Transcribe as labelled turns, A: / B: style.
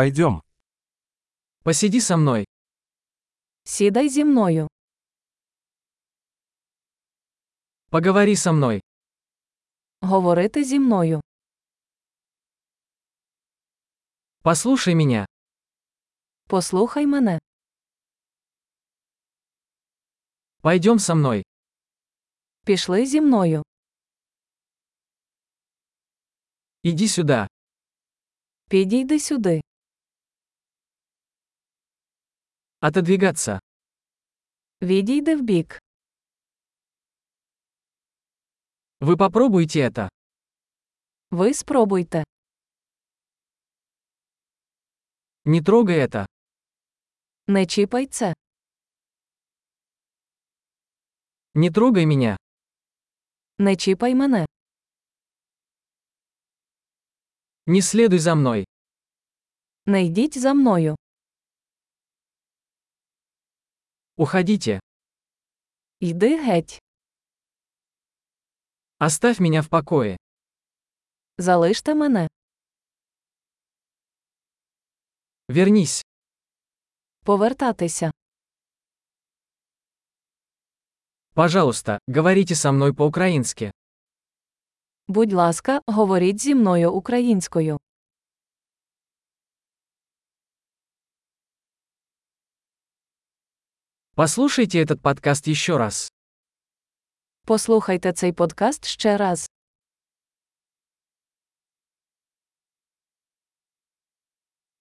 A: Пойдем.
B: Посиди со мной.
C: Сідай зі мною.
B: Поговори со мной.
C: Говорити зі мною.
B: Послушай меня.
C: Послухай мене.
B: Пойдем со мной.
C: Пішли зі мною.
B: Иди сюда.
C: Підійди сюди.
B: Отодвигаться.
C: Відійди вбік.
B: Вы попробуйте это.
C: Ви спробуйте.
B: Не трогай это.
C: Не чіпай це.
B: Не трогай меня.
C: Не чіпай мене.
B: Не следуй за мной.
C: Не йдіть за мною.
B: Уходите.
C: Йди геть.
B: Оставь меня в покое.
C: Залиште мене.
B: Вернись.
C: Повертатися.
B: Пожалуйста, говорите со мной по-украински.
C: Будь ласка, говоріть зі мною українською.
B: Послушайте этот подкаст еще раз.
C: Послухайте цей подкаст ще раз.